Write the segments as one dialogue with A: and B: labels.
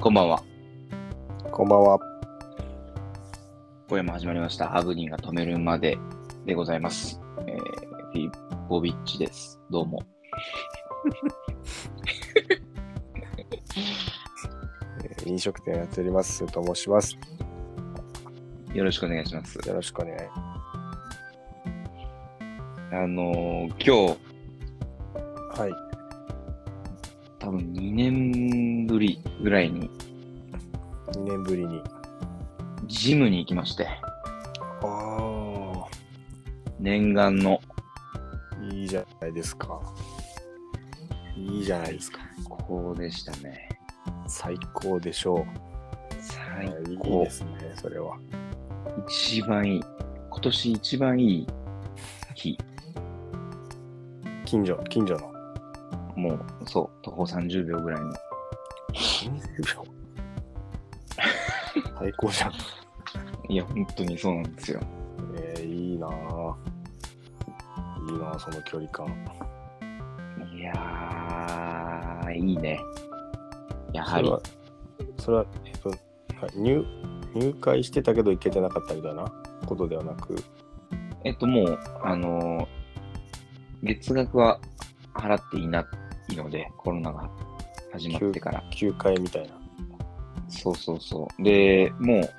A: こんばんは。
B: こんばんは。
A: 今夜も始まりました。ハブニーが止めるまででございます。えー、フィボビッチです。どうも。
B: えー飲食店やっておりますと申します。
A: よろしくお願いします。
B: よろしくお願い。
A: あのー、今日、
B: はい。
A: 多分2年ぶりぐらいに
B: 2年ぶりに。
A: ジムに行きまして、
B: あ
A: 念願の。
B: あ、いいじゃないですか。いいじゃないですか。
A: こうでしたね。
B: 最高でしょう。
A: 最
B: いい
A: 高
B: で。すね、それは。
A: 一番いい。今年一番いい日。
B: 近所、近所の。
A: もう、そう、徒歩30秒ぐらいの。
B: 最高じゃん。
A: いや、本当にそうなんですよ。
B: えー、いいなぁ。いいなぁ、その距離感。
A: いやー、いいね。やはり。
B: それは、それはえっと、はい入、入会してたけど行けてなかったみたいなことではなく、
A: えっと、もう、あのー月額は払っていないので、コロナが始まってから。
B: 休会みたいな。
A: そうそうそう。で、もう、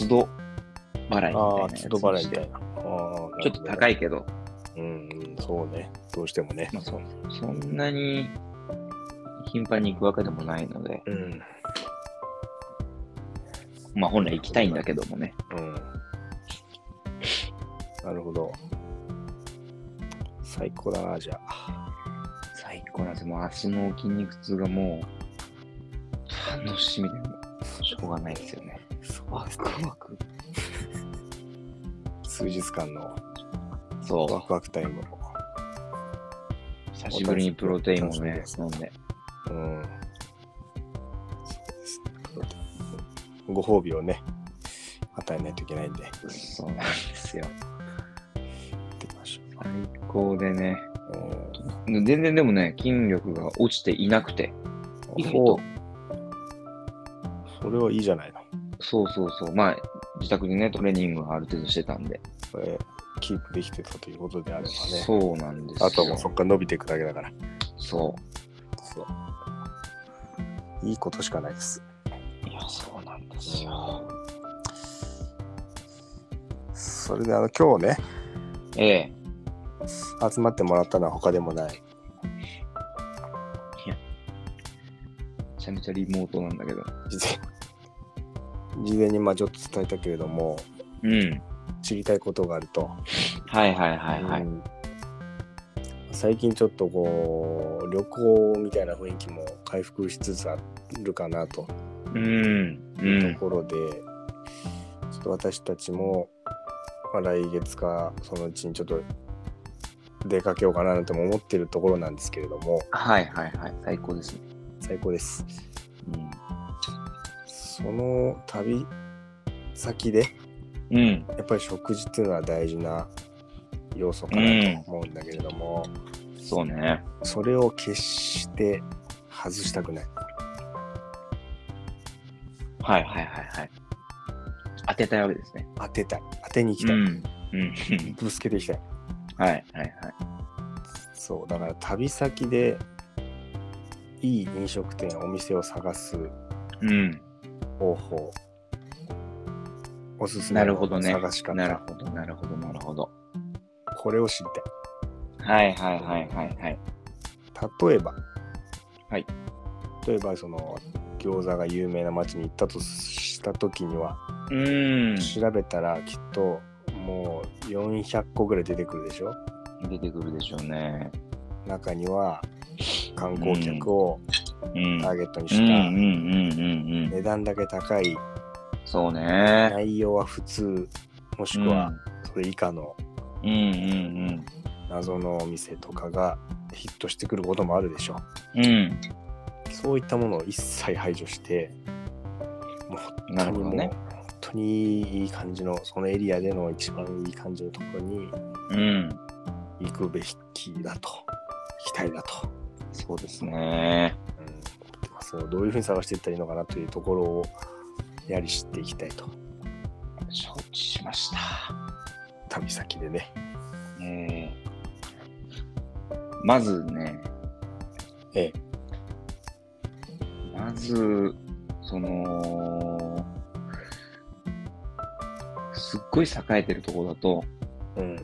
A: 都度払いみたいな
B: あ
A: や
B: あ、
A: つにして。
B: 都度払いみたいな。ああ
A: ちょっと高
B: い。
A: いけど、
B: うん、うん、そうね。どうしてもね。
A: まあそう、そんなに頻繁に行くわけでもないので、
B: うん。
A: まあ本来行きたいんだけどもね。
B: うん。なるほど。最高だな、じゃあ。
A: 最高なんですよ。もう足の筋肉痛がもう、楽しみでもう、しょうがないですよね。ワクワク。
B: 数日間のワ
A: そ
B: クワクタイムを。
A: う。久しぶりにプロテインもね、飲んで。
B: うん。そうですねプロテインご褒美をね、与えないといけないんで、や
A: そうなんですよ。
B: っていきましょ
A: 最高でね。
B: う。うん
A: 全然でもね、筋力が落ちていなくて。意外と。
B: それはいいじゃないの。
A: そうそうそう。まあ、自宅でね、トレーニングがある程度してたんで。
B: これキープできてたということであればね。
A: そうなんですよ。
B: あとはもうそっから伸びていくだけだから。
A: そ
B: そう。いいことしかないです。
A: う。いや、そうなんですよ。
B: それであの今日ね、
A: ええ。
B: 集まってもらったのは他でもない。
A: めちゃめちゃリモートなんだけど。
B: 事前事前にまあちょっと伝えたけれども、
A: うん。
B: 知りたいことがあると。
A: はいはいはいはい。
B: うん最近ちょっとこう、旅行みたいな雰囲気も回復しつつあるかなと
A: うん。う
B: いうと
A: ん。
B: ころで、ちょっと私たちも、まあ、来月かそのうちにちょっと出かけようかななんても思ってるところなんですけれども
A: はいはいはい。最高ですね。
B: 最高です
A: う
B: その旅先で
A: ん。うん。
B: やっぱり食事っていうのは大事な要素かなと思うんだけれども、
A: そうね。
B: それを決して外したくない
A: はいはいはいはい。当てたいわけですね。
B: 当てたい当てに行き
A: う
B: たい、
A: ん。うん。
B: ぶつけていきたい
A: はいはいはい。
B: そうだから旅先でいい飲食店お店を探す
A: うん。
B: 方法おすすめ
A: なる
B: の
A: ほどね。
B: 探し方、
A: なるほど、なるほど、なるほど。
B: これを知り
A: はいはいはいはいはい。
B: たい例えば、
A: はい、
B: 例えばその餃子が有名な町に行ったとした時には、
A: うーん。
B: 調べたらきっともう400個ぐらい出てくるでしょ
A: 出てくるでしょうね。
B: 中には観光客を
A: うん。
B: ターゲットに
A: うんう
B: し
A: ん
B: た
A: うんうんうん。
B: 値段だけ高い
A: そうね。
B: 内容は普通もしくはそれ以下の
A: うんうん
B: 謎のお店とかがヒットしてくることもあるでしょ
A: うん。うん。
B: そういったものを一切排除して、もう
A: なるほどね。
B: 本当にいい感じの、そのエリアでの一番いい感じのところに
A: うん。
B: 行くべきだと、行きたいだと、
A: そうですね。
B: うん、思ってますそのどういうふうに探していったらいいのかなというところをやはり知っていきたいと
A: 承知しました。
B: 旅先でね
A: えーまずね、
B: ええ
A: まず、その、すっごい栄えてるところだと、
B: うん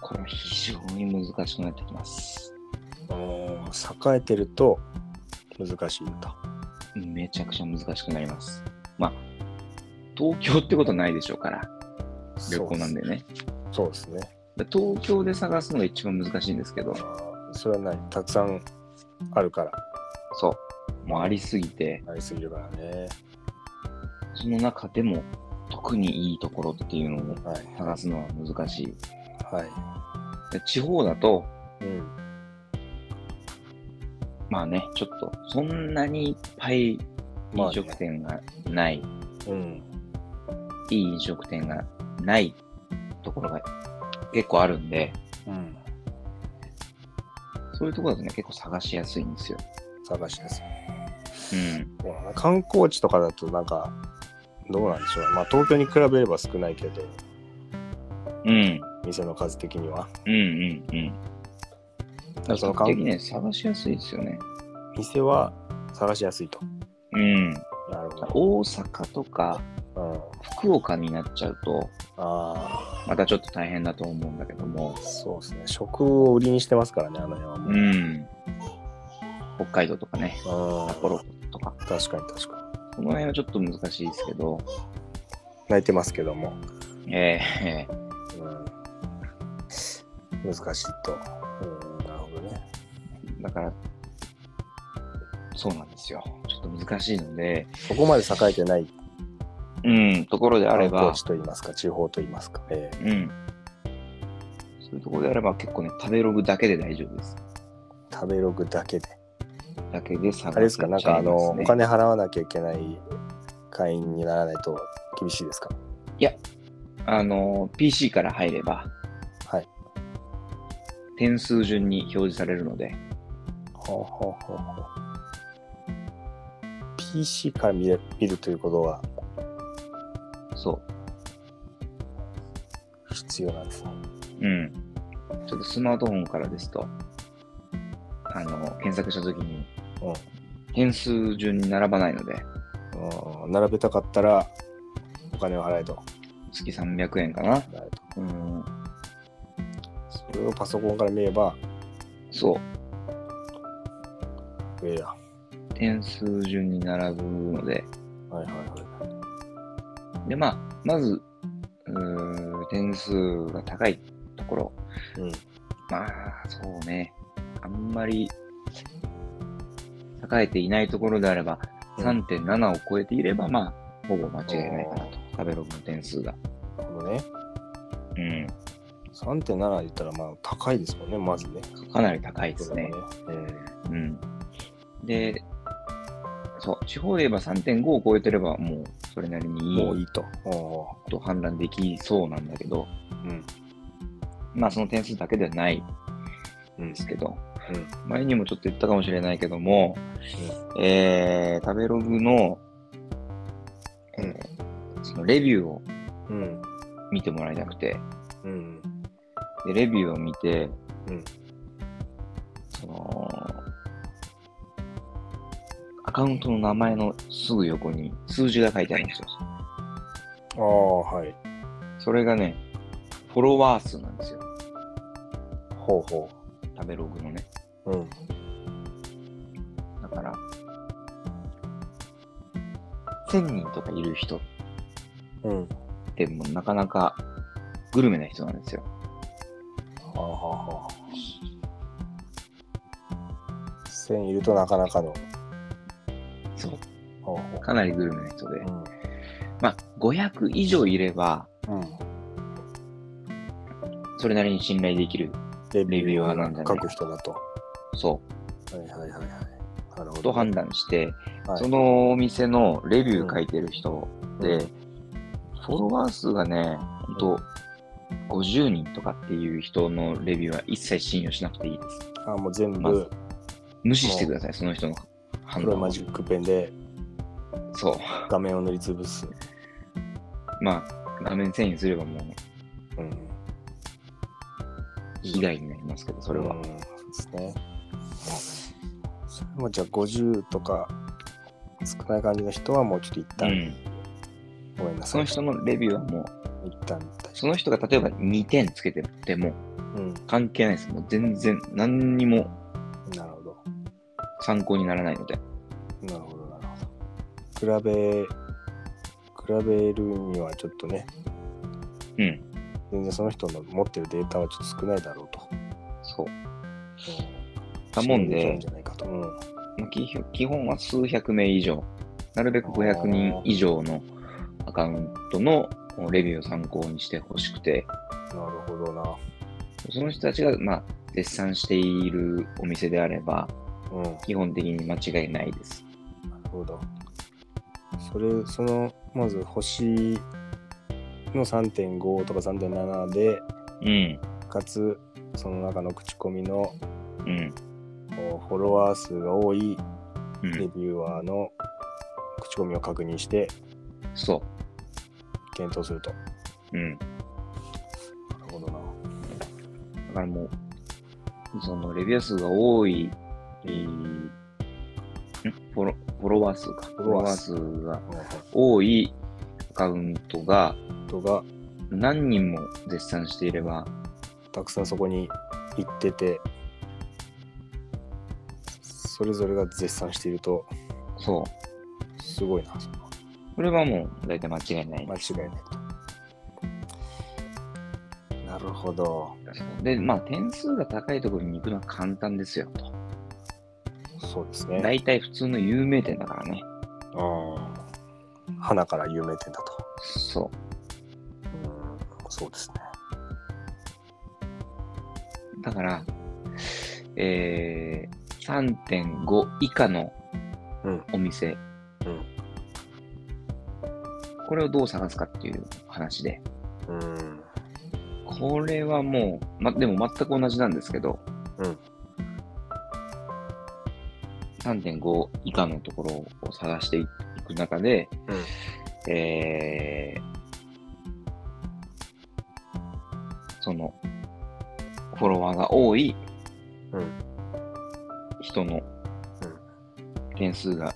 A: これは非常に難しくなってきます。
B: 栄えてると難しいと
A: めちゃくちゃ難しくなります。まあ、東京ってことはないでしょうから、旅行なんでね。
B: そうですね
A: で東京で探すのが一番難しいんですけど、
B: あーそれはないたくさんあるから
A: そう、もうありすぎて、
B: ありすぎるからね
A: その中でも特にいいところっていうのを
B: はい
A: 探すのは難しい。
B: は
A: で地方だと、
B: いうん
A: まあね、ちょっとそんなにいっぱい飲
B: まあね
A: 食店がない、
B: うん
A: いい飲食店がないところが結構あるんで、
B: うん
A: そういうところだとね、結構探しやすいんですよ。
B: 探しです
A: うん。
B: そうだな観光地とかだとなんかどうなんでしょうねまあ東京に比べれば少ないけど
A: うん。
B: 店の数的には
A: うんうんうん。
B: だから
A: 比
B: その
A: 較
B: 観
A: 的ね、探しやすいですよね。
B: 店は探しやすいと
A: うん。
B: なるほど、
A: 大阪とか
B: うん、
A: 福岡になっちゃうと、
B: あ
A: またちょっと大変だと思うんだけども、
B: あそうですね食を売りにしてますからねあの辺はもう、
A: うん。北海道とかね、
B: あ
A: 札幌とか、
B: 確かに確かに
A: この辺はちょっと難しいですけど、
B: 泣いてますけども、
A: ええ
B: うん、難しいと、うん、なるほどね
A: だから、そうなんですよ。ちょっと難しいので、
B: そこまで栄えてない
A: うん、ところであれ
B: 観
A: ば
B: 光地、といいますか地方といいますか、ええ
A: うん。そういうところであれば結構ね、食べログだけで大丈夫です。
B: 食べログだけで
A: だけで探
B: あれですか、
A: せ
B: なん
A: ちゃ
B: かあ
A: いま
B: の、
A: すね
B: お金払わなきゃいけない会員にならないと厳しいですか
A: あの、PC から入れば、
B: はい。
A: 点数順に表示されるので、
B: ほうほうほうほう PC から見れ見るということは
A: そ
B: 必要なんですね。
A: う。うん。ちょっとスマートフォンからですと、あの、検索したときに、
B: うん
A: 点数順に並ばないので、
B: うん、並べたかったらお金を払えと。
A: 月300円かな。
B: 払えと
A: うん。
B: それをパソコンから見れば、
A: そう。
B: ええや。は
A: 点数順に並ぶので、
B: いはいは
A: で、まあ、まず、うーん点数が高いところ、
B: い。うん。
A: まあ、そうね、あんまり栄えていないところであれば、
B: うん
A: 3.7を超えていれば、まあ、ほぼ間違いないかなと、食べログの点数が。
B: なるほどね。
A: うん、
B: 3.7言ったらまあ高いですもんね、まずね。
A: かなり高いですね。
B: これはね。
A: うん。で、そう、地方で言えば3.5を超えてれば、もう、それなり
B: うん
A: に
B: もう
A: い
B: い
A: い
B: いと。お
A: と判断できそうなんだけど、
B: うん。
A: まあ、その点数だけではない
B: うん
A: で。すけど、
B: う
A: 前にもちょっと言ったかもしれないけども、えー、食べログの、えーそのレビューを
B: うん。
A: 見てもらいたくて、
B: うん。
A: でレビューを見て、
B: うん
A: その、アカウントの名前のすぐ横に数字が書いてあるんですよ。
B: ああ、はい。
A: それがね、フォロワー数なんですよ。
B: ほうほ
A: 食べログのね。
B: う。うん。
A: だから、1000人とかいる人
B: うん。
A: ってもうなかなかグルメな人なんですよ。
B: はあはあはあ。1000いるとなかなかの。
A: そう。
B: ほうほ
A: かなりグルメな人で
B: う。。
A: まあ、500以上いれば、
B: うん。
A: それなりに信頼できる、
B: レ
A: ビューはなんじゃな
B: 書
A: い
B: く人だと。は
A: そ
B: いはいはいはい。なるほ
A: う、と
B: ど。
A: 判断して、
B: はい
A: そのお店のレビュー書いてる人で、フォロワー数がね、ほんと、50人とかっていう人のレビューは一切信用しなくていいです。
B: あもう全
A: まず
B: 部。
A: 無視してください、その人の判
B: 黒い
A: 断
B: マ
A: を
B: ジックペンで
A: そう。
B: 画面を塗りつぶす。
A: まあ、画面遷移すればもう、
B: うん。
A: 被害になりますけど、それは
B: うん。そうですね。それもじゃあ50とか少ない感じの人はもうちょっと一
A: う
B: 旦、
A: ん。
B: ごめんな
A: そ
B: さ
A: の
B: い。
A: 人のレビューはもう、
B: 一旦退
A: その人が例えば2点つけてても
B: うん。
A: 関係ないです。もう全然何にも
B: なるほど。
A: 参考にならないので。
B: なるほど、なるほど。比べ、比べるにはちょっとね、
A: うん。
B: 全然その人の持ってるデータはちょっと少ないだろうと。
A: そう。
B: うん
A: だもん
B: 信用
A: で
B: できないんじゃないかと。うん。
A: まあ基本基本は数百名以上、なるべく500人以上のアカウントのレビューを参考にしてほしくて、
B: なるほどな。
A: その人たちが、まあ、絶賛しているお店であれば、
B: うん。なる
A: 基本的に間違いないです。
B: ほど。それ、その、まず星の3.5とか3.7で、
A: うん。
B: かつ、その中の口コミの
A: うん。
B: おフォロワー数が多いうレビ
A: ん。
B: ューアーの口コミを確認して
A: そ
B: 検討すると。な
A: う。うん。
B: るほどな。
A: だからもう、そのレビュー数が多い、えーんフォロフォロワー数か。フォ
B: ォ
A: ロ
B: ロ
A: ワ
B: ワ
A: ー
B: ー
A: 数
B: 数
A: が
B: はいはい
A: 多いアカウントが
B: 人が
A: 何人も絶賛していれば、
B: たくさんそこに行っててそれぞれが絶賛していると
A: そう。
B: すごいな
A: これはもう大体間違いない
B: 間。違いないとなるほど
A: で、まあ点数が高いところに行くのは簡単ですよと。
B: そうですね
A: 大体普通の有名店だからね。
B: うん花から有名店だと
A: そ
B: うんそうですね
A: う。だから、えー、3.5以下の
B: うん
A: お店。
B: うん
A: これをどう探すかっていう話で。
B: うん
A: これはもう、ま、でも全く同じなんですけど、
B: うん
A: 3.5以下のところを探していく中で、えーその、フォロワーが多い
B: うん
A: 人の点数が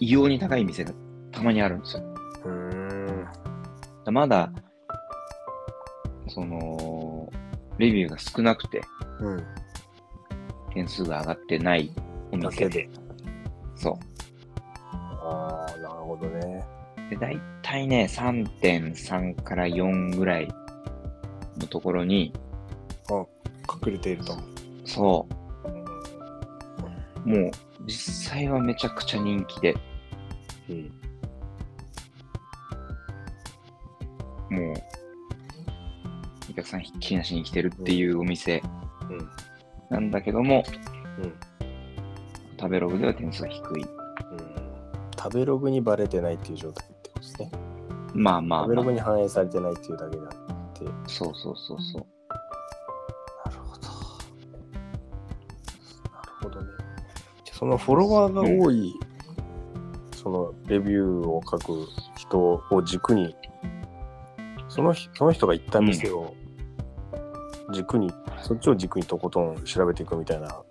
A: 異様に高い店がたまにあるんですよ。
B: うん
A: まだ、その、レビューが少なくて、
B: うん
A: 点数が上がってないお
B: だ
A: 店
B: け
A: で。
B: で
A: そ
B: ああなるほどね
A: う。で、大体ね、3.3から4ぐらいのところに、
B: 隠れていると
A: そ
B: うん
A: う、もう、実際はめちゃくちゃ人気で、
B: うん
A: もう、お客さんひっきりなしに来てるっていうお店
B: うん
A: なんだけども、
B: うん
A: 食べログでは点数が低い。
B: 食べログにバレてないっていう状態ってことですね。
A: まあまあ
B: 食べ
A: ま
B: ログ
A: あ、
B: に反映されてないっていうだけであって。な
A: そうそうそうそう。
B: るほど。なるほどね。じゃあそのフォロワーが多い、そのレビューを書く人を軸に、そのひその人が行った店を軸に、そっちを軸にとことん調べていくみたいな、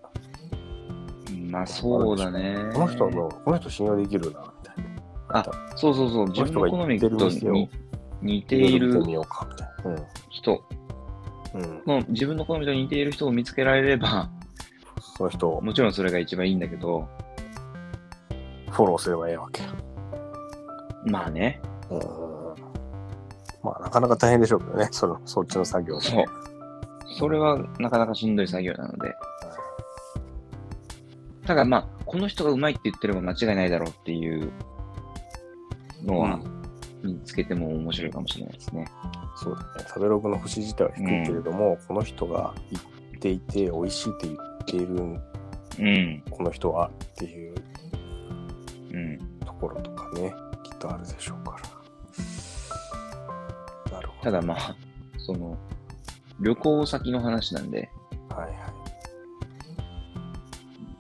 A: まあそうだね。
B: この人の、この人信用できるな、みたいな。
A: そうそうそう、自分
B: の人
A: の
B: が
A: 好
B: 行
A: み
B: ってる
A: と
B: 店を
A: に似てい
B: 見
A: る
B: てみようか、みたいな。
A: 人
B: うん。うん。
A: の、自分の好みと似ている人を見つけられれば、
B: その人を
A: もちろんそれが一番いいんだけど、
B: フォローすればいいわけよ。
A: まあね、
B: うんまあ、なかなか大変でしょうけどね、そのそっちの作業
A: そう。それはなかなかしんどい作業なので。ただまあ、この人がうまいって言ってれば間違いないだろうっていうのは見つけても面白いかもしれないですね。
B: そうだね。食べログの星自体は低いけれども、この人が言っていて、美味しいって言っている、
A: うん。
B: この人はっていう
A: うん。
B: ところとかね、きっとあるでしょうから。なるほ
A: た
B: ど。
A: だまあ、その、旅行先の話なんで、
B: はいはい。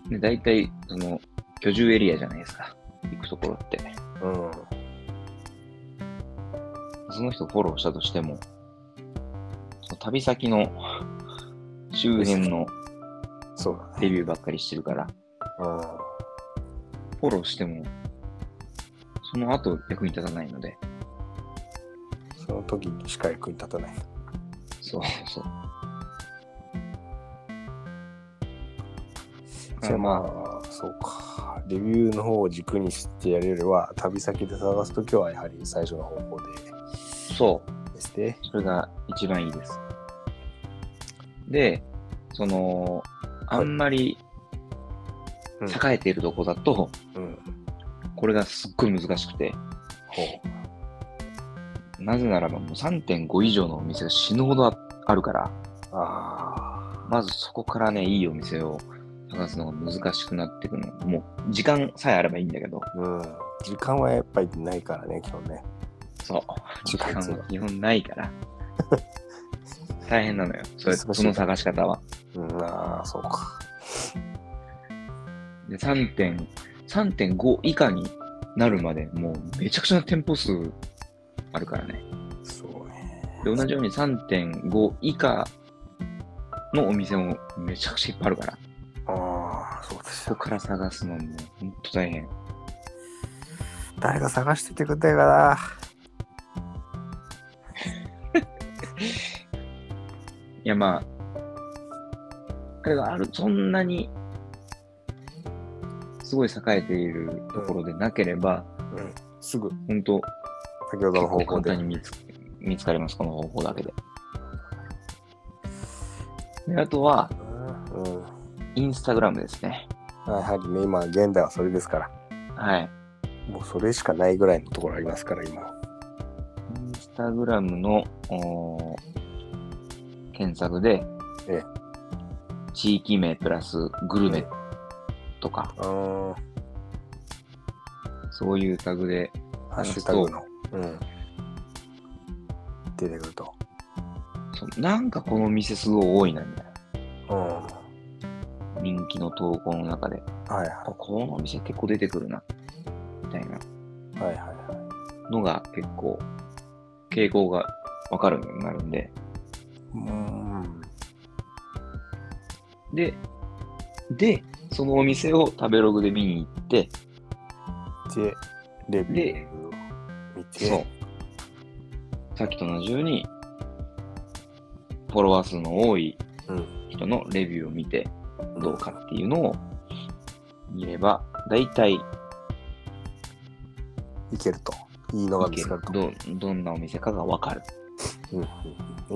A: で大体、その、居住エリアじゃないですか。行くところって。
B: うん。
A: その人フォローしたとしても、その旅先の周辺の
B: そうだね。
A: レビューばっかりしてるから、
B: うん。
A: フォローしても、その後役に立たないので、
B: その時にしか役に立たない。
A: そう そう。
B: じゃあまあ、そうか。レビューの方を軸にしてやるよりは、旅先で探すときは、やはり最初の方法で
A: そう。
B: ですね。
A: それが一番いいです。で、その、あんまり
B: うん
A: 栄えているとこだと、
B: うん。
A: これがすっごい難しくて、
B: ほ
A: なぜならばもう3.5以上のお店が死ぬほどああるから、
B: う。あ
A: まずそこからね、いいお店を探すのが難しくなってくるの。もう、時間さえあればいいんだけど、
B: あ。うん。時間はやっぱりないからね、基本ね。
A: そう。時
B: 時間
A: 間
B: そう
A: は基本ない から。大変なのよ。それ
B: 忙しい
A: その探し方は。
B: うん、ああ、そうか。
A: で、3点、3.5以下になるまでもうめちゃくちゃな店舗数あるからね。
B: そうね。
A: で、同じように3.5以下のお店もめちゃくちゃいっぱいあるから、
B: ああ、そうです
A: そこ
B: よ。
A: から探すのもほんと大変。
B: 誰か探しててくれたか
A: いや、まあ、あれがある、そんなに、すごい栄えているところでなければ、
B: な。うん。すぐ、
A: 本当
B: 先ほどの
A: 結構
B: 方法
A: 簡
B: で。
A: 単に見つ見つかります、この方法だけで。であとは、
B: うん。
A: インスタグラムですね。
B: やはりね、今、現代はそれですから。
A: はい。
B: もうそれしかないぐらいのところありますから、今。
A: インスタグラムのおー検索で、
B: ええ
A: 地域名プラスグルメとか、
B: うん。
A: そういうタグで
B: ハッシュタグの。うん。出てくると。
A: そうなんかこの店すごい多いな、みたい
B: うん。は
A: な。人気の投稿の中で、
B: いは。
A: あこの店結構出てくるな、みたいない
B: はいはいは
A: のが結構、傾向がわかるようになるんで、
B: い。うん。
A: で、で、そのお店を食べログで見に行って、
B: で、レビューを見て。
A: そう。さっきと同じように、フォロワー数の多い
B: うん。
A: 人のレビューを見て、
B: うん。
A: どうかっていうのを見れば、大体
B: いけると。いいのが見つかると。
A: どどんなお店かがわかる。
B: うんうんうん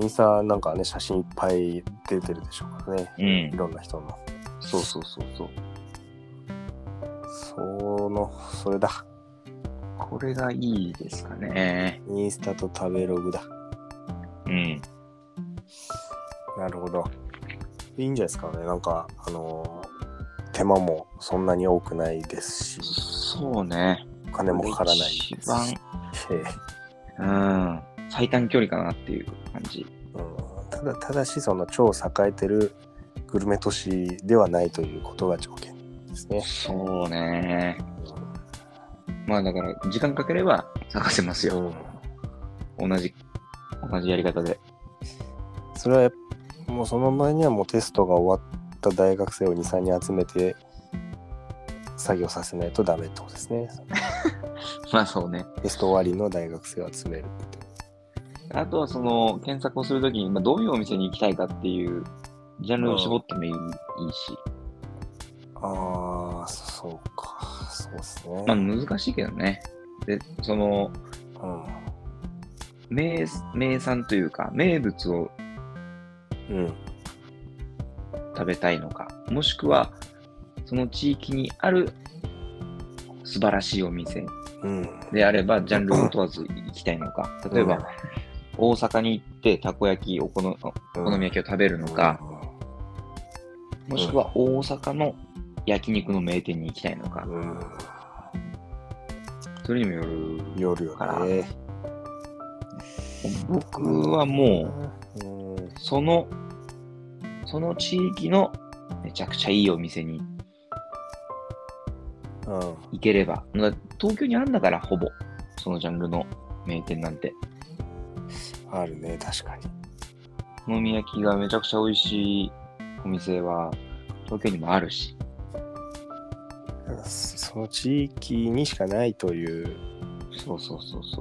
B: インスタなんかね、写真いっぱい出てるでしょうからね。
A: うん
B: いろんな人の。
A: そうそうそうそう。
B: その、それだ。
A: これがいいですかね。
B: インスタと食べログだ。
A: うん。
B: なるほど。いいんじゃないですかね。なんか、あのー手間もそんなに多くないですし、
A: そうね。
B: お金もかからない
A: 一
B: です
A: 番
B: し。、え
A: うん、最短距離かなっていう感じ。
B: えうん、ただ、ただし、その超栄えてるグルメ都市ではないということが条件ですね。
A: そうね。
B: う
A: まあだから、時間かければ探せますよ。
B: んうん
A: 同じ、同じやり方で。
B: それはやっぱもうその前にはもうテストが終わった大学生を23人集めて作業させないとダメってことですね
A: まあそうね。
B: テスト終わりの大学生を集めるって
A: あとはその、検索をするときに、まあ、どういうお店に行きたいかっていう、ジャンルを絞ってもいい,、いいし。
B: ああそうかそうですね、
A: まあ難しいけどね。で、その、名、名産というか、名物を
B: うん、うん、
A: 食べたいのか、もしくは、その地域にある素晴らしいお店
B: うん、
A: であれば、ジャンルを問わず行きたいのか、例えば、大阪に行ってたこ焼き、お好お
B: うん、
A: お好み焼きを食べるのか、もしくは大阪の焼肉の名店に行きたいのか
B: う、ん、うん、
A: それにもよる。
B: 夜よね
A: 僕はも
B: う、うん、
A: う、その、その地域のめちゃくちゃいいお店に
B: うん。
A: 行ければ。だ東京にあるんだから、ほぼ。そのジャンルの名店なんて。
B: あるね、確かに。
A: お好み焼きがめちゃくちゃ美味しいお店は、東京にもあるし。
B: なんかそその地域にしかないという
A: そうそうそうそ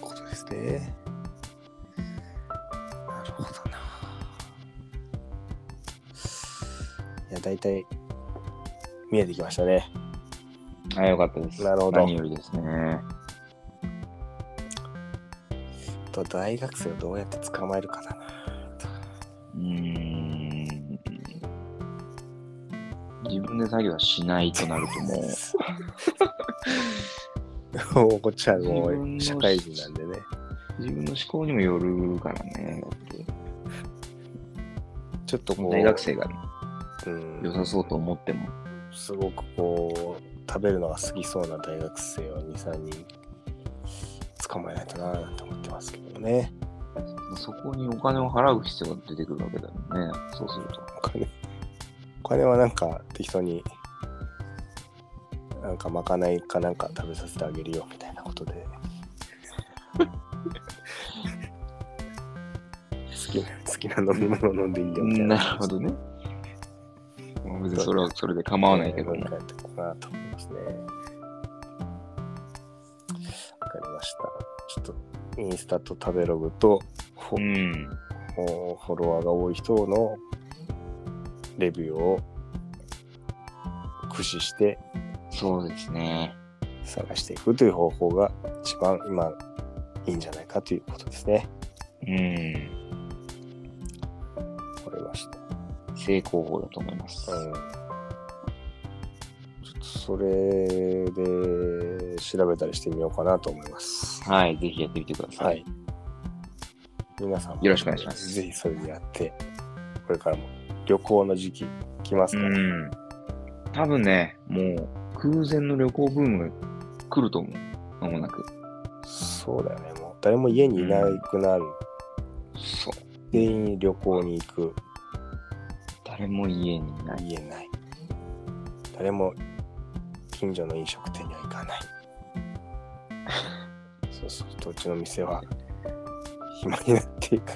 B: ことですね。なるほどな。いや、大体見えてきましたね。
A: う。あ、よかったです。
B: なるほど
A: 何よりですね。
B: あと大学生をどうやって捕まえるかだな。
A: うーん。自分で作業はしないとなるともう。
B: もうこっちはもう社会人なんでね。
A: 自分の思考にもよるからね。だって
B: ちょっとこう、
A: 大学生が
B: うん
A: 良さそうと思っても。
B: すごくこう、食べるのが好きそうな大学生を2、3人捕まえないとなーなんて思ってますけどね。
A: そこにお金を払う必要が出てくるわけだもんね。そうすると。
B: お金、お金はなんか適当に、なんかまかないかなんか食べさせてあげるよみたいなこと で。好きな好きな飲み物飲んでいいよみたいな。
A: なるほどね。まあ別にそれはそれで構わないけど
B: ね。
A: も。
B: やっていこうかなと思いますね。わかりました。ちょっとインスタと食べログとフ
A: う
B: ォ,、
A: ん。
B: フォロワーが多い人のレビューを駆使して
A: そうですね。
B: 探していくという方法が一番今いいんじゃないかということですね。
A: うん。
B: わかりました。
A: 成功法だと思います。
B: うんちょっとそれで調べたりしてみようかなと思います。
A: はい。ぜひやってみてくださ。
B: はいい。皆さんも
A: よろしくお願いします
B: ぜひそれでやって、これからも旅行の時期来ます
A: う
B: から、
A: ん。多分ね、もう空前の旅行ブームが来ると思う。間もなく。
B: そうだよね、もう誰も家にいなくなる、
A: そう。
B: 全員旅行に行く、
A: 誰も家にいない。
B: 家ない、誰も近所の飲食店には行か ない。そうすると、うちの店は暇になっ ていく。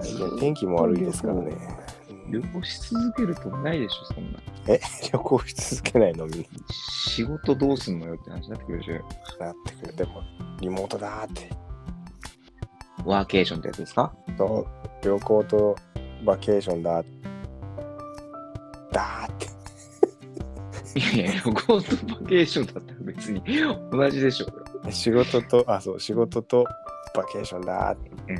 B: 最近天気も悪いですからね。うん
A: 旅行し続けるとないでしょ、そんな。
B: 旅行し続けないのみんな
A: 仕事どうすんのよって話になってくるでしょ。
B: なってくるでもリモートだーって
A: ワーケーションってやつですか
B: と旅行とバケーションだだーって
A: いやいや、旅行とバケーションだったら別に 同じでしょ。
B: 仕事とあそう仕事とバケーションだーって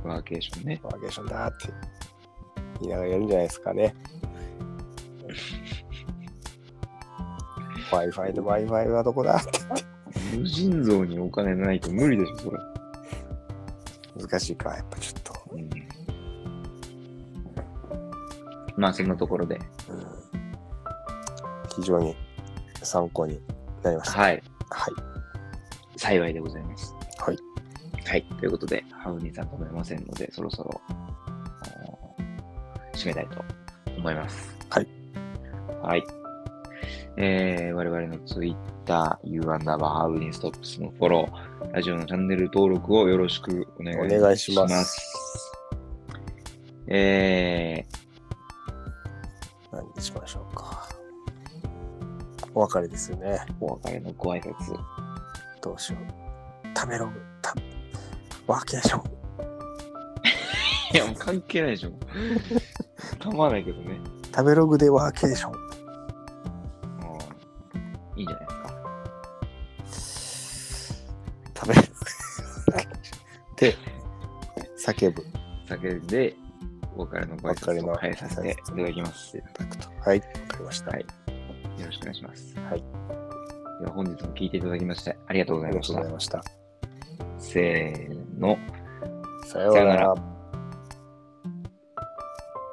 A: うん。ワーケーションね。
B: バケーションだーって言いながらやるんじゃないですかね Wi-Fi と Wi-Fi はどこだって
A: 無尽蔵にお金ないと無理でしょ、それ。
B: 難しいかやっぱちょっと
A: うん。まあ、そんなところで。
B: うん非常に参考になりました
A: はい。
B: はい
A: 幸いでございます。
B: はい。
A: はい。ということで、ハウニーさんと思いませんので、そろそろ、あの締めたいと思います。
B: はい。
A: はい。えー、我々の Twitter、U アンダーバーハウニーストップスのフォロー、ラジオのチャンネル登録をよろしくお願いします。
B: お願いします
A: え
B: 何にしましょうか。お別れですよね。
A: ー、お別れのご挨拶。
B: どうしよう。食べログ、た、ワーケーション。
A: いや、もう関係ないでしょ。 構わないけどね。
B: 食べログでワーケーション。
A: うんいいんじゃないですか。
B: 食 べログで叫ぶ。い
A: 酒でお別れのご挨拶を返させていただきます。よ
B: ただくと。はい、わかりました。
A: はいろしくお願いします。
B: はい。
A: では本日も聞いていただきましてありがとうご
B: あ
A: ざいま
B: りが
A: し
B: とうござい
A: た。
B: ました。
A: せーの。
B: さような
A: さよ
B: ら
A: う。